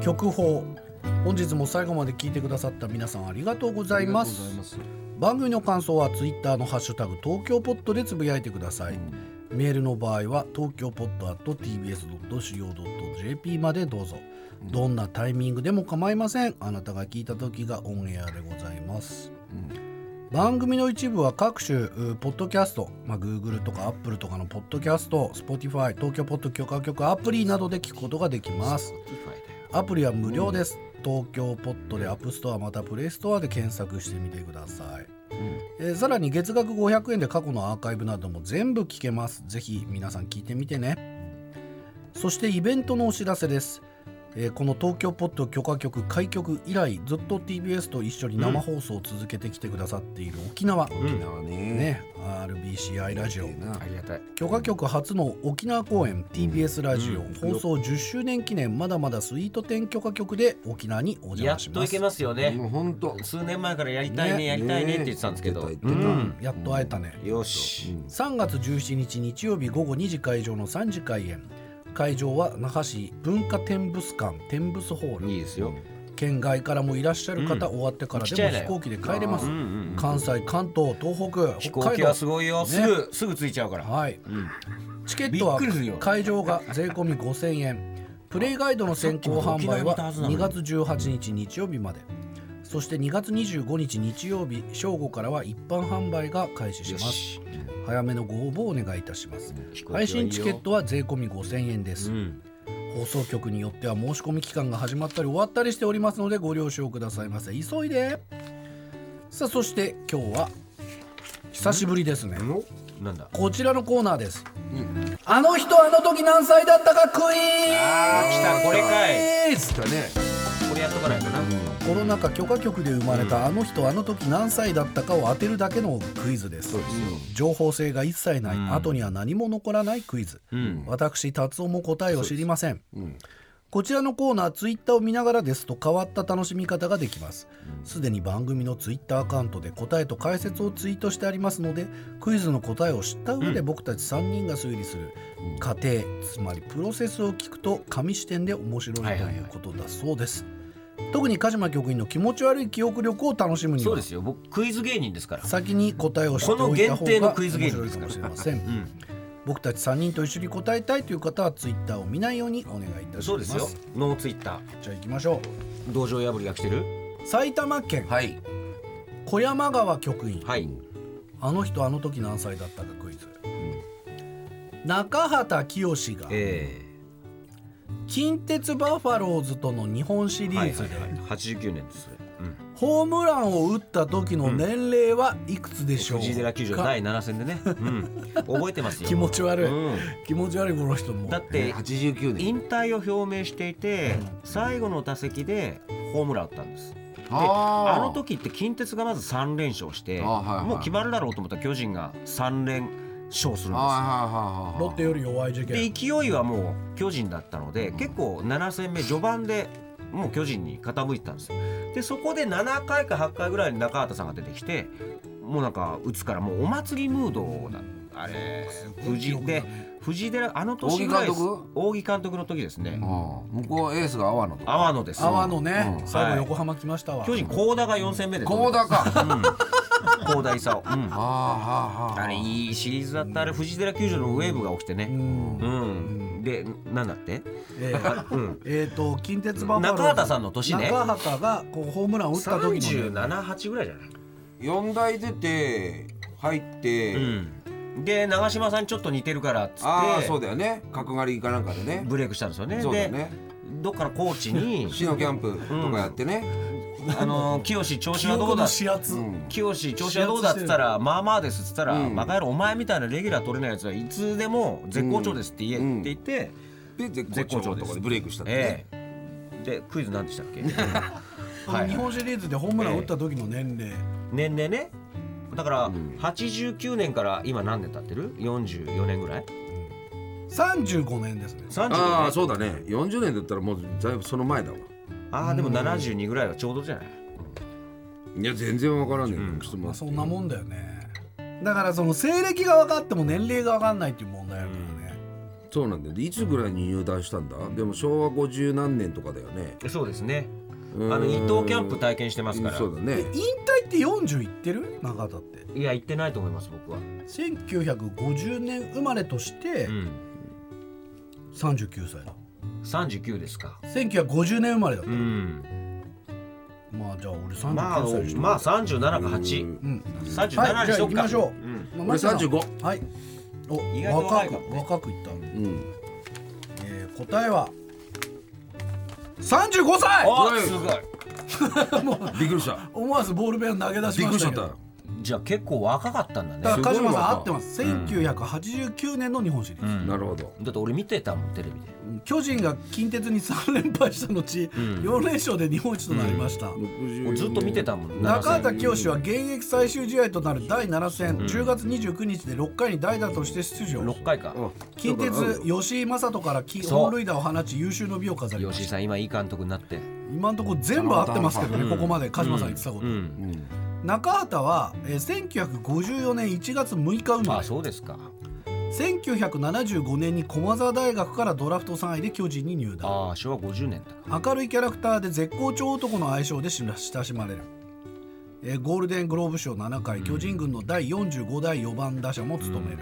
曲法本日も最後まで聞いてくださった皆さんありがとうございますありがとうございます番組の感想はツイッターのハッシュタグ東京ポッドでつぶやいてください、メールの場合は東京ポッド at tbs.co.jp までどうぞ、どんなタイミングでも構いませんあなたが聞いた時がオンエアでございます、番組の一部は各種うポッドキャスト、まあ、Google とか Apple とかのポッドキャスト Spotify 東京ポッド許可局アプリなどで聞くことができますアプリは無料です、東京ポッドでアップストアまたプレイストアで検索してみてください、えーさらに月額500円で過去のアーカイブなども全部聞けますぜひ皆さん聞いてみてねそしてイベントのお知らせですえーこの東京ポッド許可局開局以来ずっと TBS と一緒に生放送を続けてきてくださっている沖縄、沖縄ねね RBCI ラジオ、ええなありがたい許可局初の沖縄公演 TBS ラジオ、放送10周年記念まだまだスイート10許可局で沖縄にお邪や魔っしとまいすけますよねもう本当数年前からやりたいねねやりたいねって言ってたんですけど、ね言ってうた言ってやたん、っと会えたね、よし3月17日日曜日午後2時会場の3時開演会場は那覇市文化展物館展物ホールいいですよ、県外からもいらっしゃる方、うん終わってから来ちゃでいもな飛よ行機で帰れます、うんうん関西関東東北飛北行海機道はすごいよ、ねすぐすぐ着いちゃうから、はい、チケットはびっくりするよ会場が税込み5000円プレイガイドの先行販売はさっきまで沖2縄月18日日曜日までそして2月25日日曜日正午からは一般販売が開始しよますし早めのご応募をお願いいたします飛行機はいい配信よチケットは税込み5000円です、うん放送局によっては申し込み期間が始まったり終わったりしておりますのでご了承くださいませ急いでさあそして今日は久しぶりですねなんだこちらのコーナーです、あの人あの時何歳だったかクイあー来たこれかいズだねこれやっとかないとな、コロナ禍許可局で生まれたあの人あの時何歳だったかを当てるだけのクイズです情報性が一切ない、後には何も残らないクイズ、私達夫も答えを知りません、こちらのコーナーツイッターを見ながらですと変わった楽しみ方ができますすでに番組のツイッターアカウントで答えと解説をツイートしてありますのでクイズの答えを知った上で僕たち3人が推理する過程、つまりプロセスを聞くと紙視点で面白いとはいはいはいいうことだそうです、特に鹿島局員の気持ち悪い記憶力を楽しむにそうはですよ僕クイズ芸人ですから先に答えを知っておいた方この限定がの面クイズ芸人白いでかすかもらしれません、うん僕たち3人と一緒に答えたいという方はツイッターを見ないようにお願いいたしますそうですよノーツイッタじゃあ行きましょー道場破りが来てるう埼玉県はい小山川局員、はいあの人あの時何歳だったかクイズ、中畑清がえ近鉄バファローズとの日本シえリはいーはいズではい89年ですうんホームランを打った時の年齢はいくつでしょう藤井寺球場か第7戦でね、うん、覚えてます よ気持ち悪い、うん気持ち悪いこの人もだって89年引退を表明していて最後の打席でホームラン打ったんです。でああーの時って近鉄がまず3連勝してあーはいはいもう決まるだろうと思ったら巨人が3連勝するんです。あロッテより弱い事で件勢いはもう巨人だったので結構7戦目序盤でもう巨人に傾いてたんですよ。でそこで7回か8回ぐらいに中畑さんが出てきてもうなんか打つからもうお祭りムードだあれ藤井で藤井寺あの年ぐらいです仰木監仰木監督の時ですね。あー向こうエースが阿波野と阿波野です。阿波のね、うん最は後い横浜来ましたわ巨人高田が4戦目で。高田。かうん。高田勲。う ん。あーはあはああれいいシリーズだったあれ藤寺球場のウェーブが起きてうね。んうん。でなん だって？え ーうん。えーと近鉄バファローズ中畑さんの年ね中畑がこうホームランを打った時三の十年七八ぐらいじゃない？四台出て入って、うん。で長嶋さんにちょっと似てるからっつああそうってだよね角刈りかなんかでねブレイクしたんですよね。そうだよねでどっからコーチ に市のキャンプとかやってね、あの清調子記はど憶うだの。指圧、うん清調子はどうだっつったらまあまあですっつったら、うんバカ野郎お前みたいなレギュラー取れないやつはいつでも絶好調ですって言え、うんって言って、で絶好調とかでブレイクしたってねえ、えでクイズ何でしたっけこの日本シリーズでホームランを打った時の年齢、年齢ねだから、ん89年から今何年経ってる44年ぐらい35年ですね30年ああそうだね40年だったらもうだいぶその前だわああでも72ぐらいはちょうどじゃない、いや全然わからんねえ、ちょっとまあ待そってんなもんだよねだからその西暦が分かっても年齢が分かんないっていう問題あるからね、そうなんだよでいつぐらいに入団したんだでも昭和50何年とかだよねそうですねああの伊藤キャンプ体験してますからそうだね引退って40いってる中田っていや行ってないと思います僕は、 1950年生まれとしてうん、 39歳だ39ですか1950年生まれだ、うんまあじゃあ俺39まあ歳でしょ、まあ37か8うんうん37にしとくか、はいじゃあ行きましょうんまあ俺35はいお意外と若若いくかもね若くいった、うんえー答えは35歳あすごいびっくりした思わずボールペン投げ出しびっまくりししたちゃけっどたじゃあ結構若かったんだねだからす鹿ごい島さん若合ってます1989年の日本シリーズ、うんなるほどだって俺見てたもんテレビで巨人が近鉄に3連敗した後、ん4連勝で日本一となりました、 60もうずっと見てたもん中田畑清は現役最終試合となる第7戦、10月29日で6回に代打として出場6回かあ近鉄吉井正人からきそう本塁打を放ち優秀の美を飾りま吉井したさん今いい監督になって今のところ全部合ってますけどね、うんここまで鹿島さん言ってたこと、うん中畑は、えー1954年1月6日生まあれそうですか1975年に駒澤大学からドラフト3位で巨人に入団ああ昭和50年だか明るいキャラクターで絶好調男の愛称で親しまれる、えーゴールデングローブ賞7回巨人軍の第45代4番打者も務める、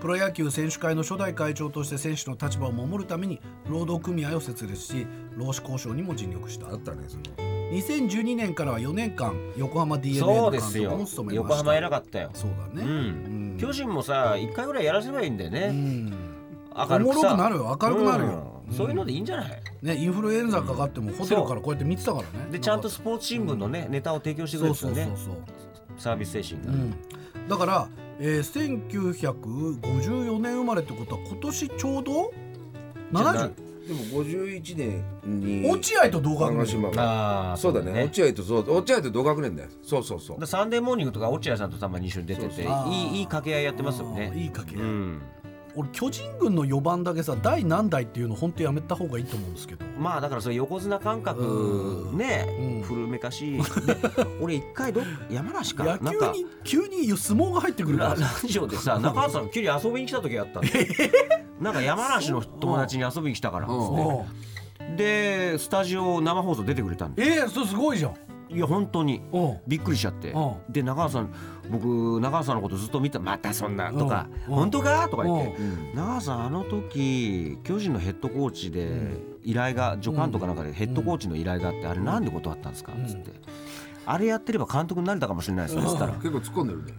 プロ野球選手会の初代会長として選手の立場を守るために労働組合を設立し労使交渉にも尽力したあったねその2012年からは4年間横浜 d ら n a のそう監で督すよも務めま横した浜偉かったよそうだうねんん巨人もさ1回ぐらいやらせばいいんだようねん明るおくもろさくなるよ明るくなるようんそういうのでいいんじゃないねインフルエンザかかってもホテルからこうやって見てたからねでちゃんとそスポーツ新聞のねネタを提供してくれうるんですそようそうねそうサービス精神がだから、えー、1954年生まれってことは今年ちょうど 70? でも51年に落合と同学長年島がああそうだね落合とそう落合と同学年だよそうそうそうだサンデーモーニングとか落合さんとたまに一緒に出てそうてそういあーいいい掛け合いやってますよあねーいい掛け合うい、ん俺巨人軍の4番だけさ第何代っていうの本当やめた方がいいと思うんですけどまあだからそれ横綱感覚うんうねん古め かしいで俺一回どっ山梨か野なん球かに急に相撲が入ってくるからララさジオ でさ中畑さん急に遊びに来た時あったんだよなんか山梨の友達に遊びに来たからっつうんおうってでスタジオ生放送出てくれたんでええー、それすごいじゃんいや本当におうびっくりしちゃってうで中畑さん僕中畑さんのことずっと見て「またそんな」とか「うん本当か?」とか言ってうんうん長谷さんあの時巨人のヘッドコーチで依頼が助監督かなんかでヘッドコーチの依頼があって、あれなんで断ったんですかうんっつって、あれやってれば監督になれたかもしれないですよっつったら、結構突っ込んでるね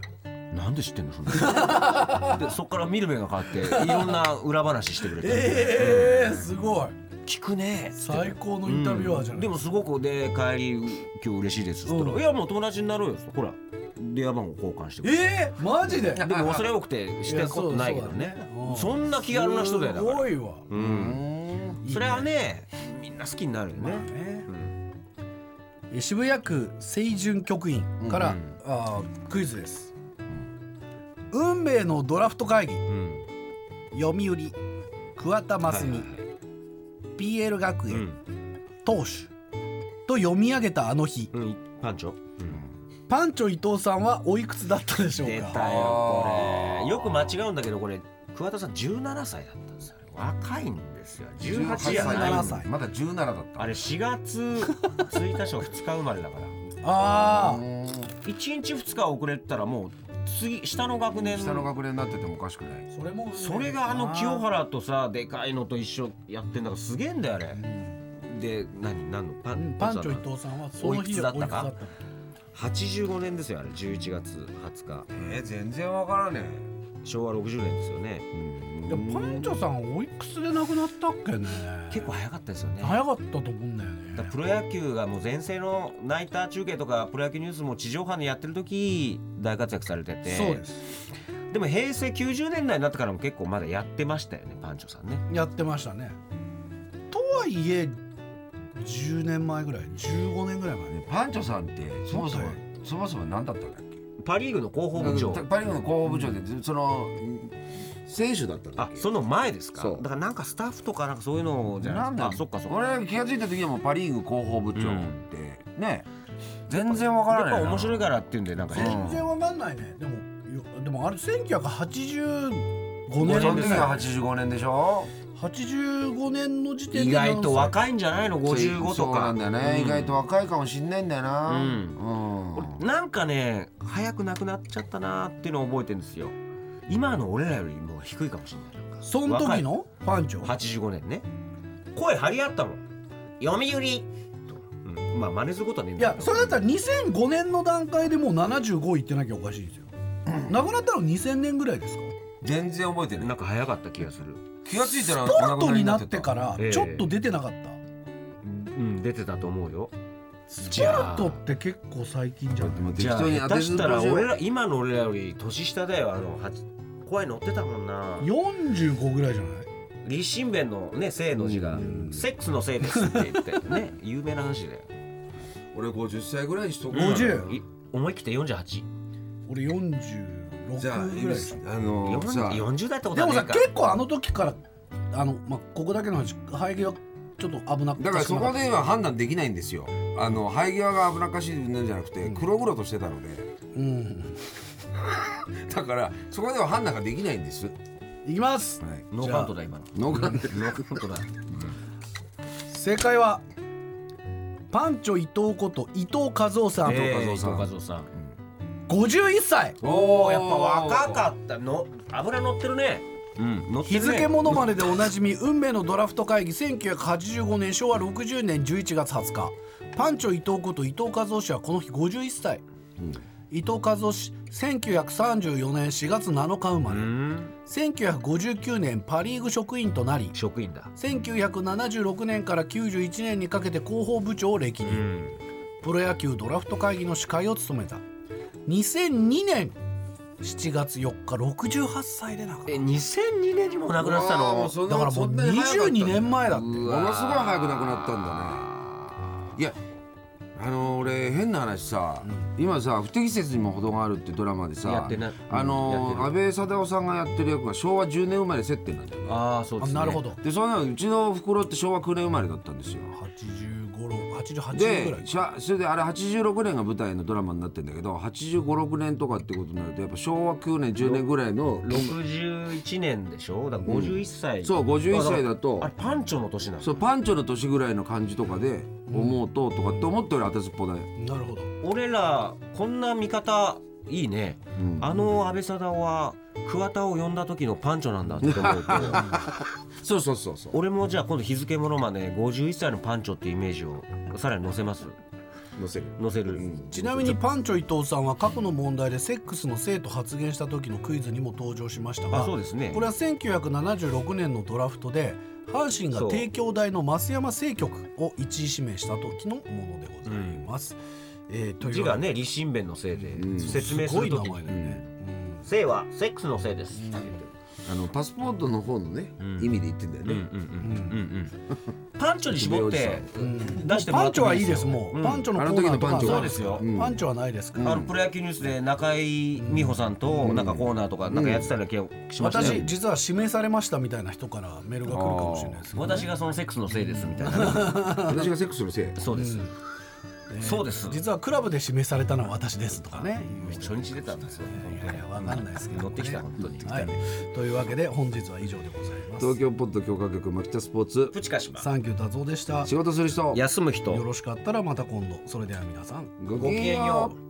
なんで知ってんのそ んなでそっから見る目が変わっていろんな裏話してくれて、ええー、すごい聞くねっつって最高のインタビュアーじゃなうんいでもすごくで帰り今日嬉しいですっつったら、うんいやもう友達になろうよっつってほら電話番号交換してくれてえー、マジででも恐れ多くてしてることないけどねいやそうそそうだねうんんな気軽な人だよだすからごいわうんうんそれはねみんな好きになるよね、え渋谷区清純局員から、うんうんあークイズです、運命のドラフト会議うん読売桑田真澄、はいはい PL 学う園、ん投手と読み上げたあの日うんパンチョ、パンチョ伊藤さんはおいくつだったでしょうかたよこれよく間違うんだけどこれ桑田さん17歳だったんですよ若いんですよ18やない17歳まだ17だったあれ4月1日とか2日生まれだからあうーん1日2日遅れてたらもう次下の学年下の学年になっててもおかしくないそれもそれがあの清原とさでかいのと一緒やってんだからすげえんだよあれで何何のパうんンパンチョ伊藤さんはその日おいくつだったかおいくつだっ85年ですよあれ11月20日えー、全然わからね昭和60年ですよねたでもパンチョさんおいくつで亡くなったっけね結構早かったですよね早かったと思うんだよだからねプロ野球がもう全盛のナイター中継とかプロ野球ニュースも地上波でやってる時大活躍されててそうですでも平成90年代になってからも結構まだやってましたよねパンチョさんねやってましたねとはいえ10年前ぐらい15年ぐらい前ねパンチョさんってそもそももっとそもそも何だったんだっパ・リーグの広報部長けパリーグの広報部長でその選手だったんだっあけその前ですかそだうからなんかスタッフとかなんかそういうのじゃないですかあそっかそっか俺が気が付いた時にはもうパ・リーグ広報部長って、ね全然わかやらっないぱな面白いからっていうんでなんかね全然わかんないねでもよでもあれ1985 5ご年存で知すがよ85年でしょ85年の時点意で外とい若いんじゃないの55とかそうなんだよね、うん意外と若いかもしんないんだよなううんん、俺なんかね早くなくなっちゃったなーっていうのを覚えてるんですよ今の俺らよりも低いかもしれないなんかその時のファンチョ85年ね声張り合ったもん読売とかうんまあ真似することはねえんいだやけどそれだったら2005年の段階でもう75いってなきゃおかしいですよ亡くなったの2000年ぐらいですか全然覚えてないなんか早かった気がする気がついたらスポットになってからええちょっと出てなかった、うん出てたと思うよスじポゃッあトって結構最近じゃんでも適じゃあ当に下当て手ずしったぽらじゃん俺ら今の俺らより年下だよあのはち怖いの乗ってたもんな45ぐらいじゃない立身弁のね性の字が「セックスの性です」って言ってね有名な話だよ俺50歳ぐらいにしとこう50よい思い切って48俺46じゃあぐらいですあのさ40 40代ってことではもねさえか結構あの時からあの、まあ、ここだけの話生え際ちょっと危なくだからそこでは判断できないんですよあの生え際が危なっかしいんじゃなくて黒々としてたので うんだからそこでは判断ができないんです、はいきますい、ノーカウントだ今のノーカウントノーカウントだ正解はパンチョ伊藤こと伊藤和夫さん、えー伊藤さん和夫さん51歳おおやっぱ若かったの油乗ってるねうん乗って日るね付ものまねでおなじみ運命のドラフト会議1985年昭和60年11月20日パンチョ伊藤こと伊藤和夫氏はこの日51歳、伊藤和夫氏1934年4月7日生まうれ、ん1959年パ・リーグ職員となり職員だ1976年から91年にかけて広報部長を歴任、うんプロ野球ドラフト会議の司会を務めた2002年7月4日68歳で亡くなえっ2002年にもう亡くなってたうわーものうそんたなだからもそうん22なに年前だって早かったものすごい早くなくなったんだねいやあの俺変な話さ、今さ「不適切にも程がある」ってドラマでさやってないあやってのる安倍貞夫さんがやってる役が昭和10年生まれ設定なんだよねああそうあですねなるほどでそんなのうちの袋って昭和9年生まれだったんですよ8588ぐらでいしゃそれであれ86年が舞台のドラマになってんだけど856年とかってことになるとやっぱ昭和9年10年ぐらいの61年でしょだから51歳、そう51歳だあとれパンチョの年なのそうパンチョの年ぐらいの感じとかで思うととかって思ったより当てずっぽだよ、なるほど俺らこんな見方いいねうんあの安倍貞夫は桑田を呼んだ時のパンチョなんだって思うとそうそうそうそう俺もじゃあ今度日付ものまで51歳のパンチョってイメージをさらに載せます載せる載せる、ちなみにパンチョ伊藤さんは過去の問題でセックスの性と発言した時のクイズにも登場しましたあがそうですねこれは1976年のドラフトで阪神が帝京大の増山正局を1位指名した時のものでございます。えーという字がね立身弁のせいでん説明すすごるい名時前だよにね。 「性はセックスのせいです」あのパスポートの方のね、ん意味で言ってんだようんうんね、うんうんパンチョに絞って出してもパンらってチョもはいいいいでですすもよう、パンチョのあのコー時ナーのとかパンチョそうですようんパンチョはないですかあら、のプロ野球ニュースで中井美穂さんとなんかコーナーとかなんかやってたような気がしました私ね実は指名されましたみたいな人からメールが来るかもしれないですけど、私がそのセックスのせいですみたいな私がセックスのせいそうですねそうです実はクラブで指名されたのは私ですとかね初日出たんですよいやいやわかんないですけどね乗ってきた本当にはい、というわけで本日は以上でございます東京ポッド強化局牧田スポーツプチカシマサンキュー達夫でした仕事する人休むよ人ろしかったらまた今度それでは皆さんごきげんよう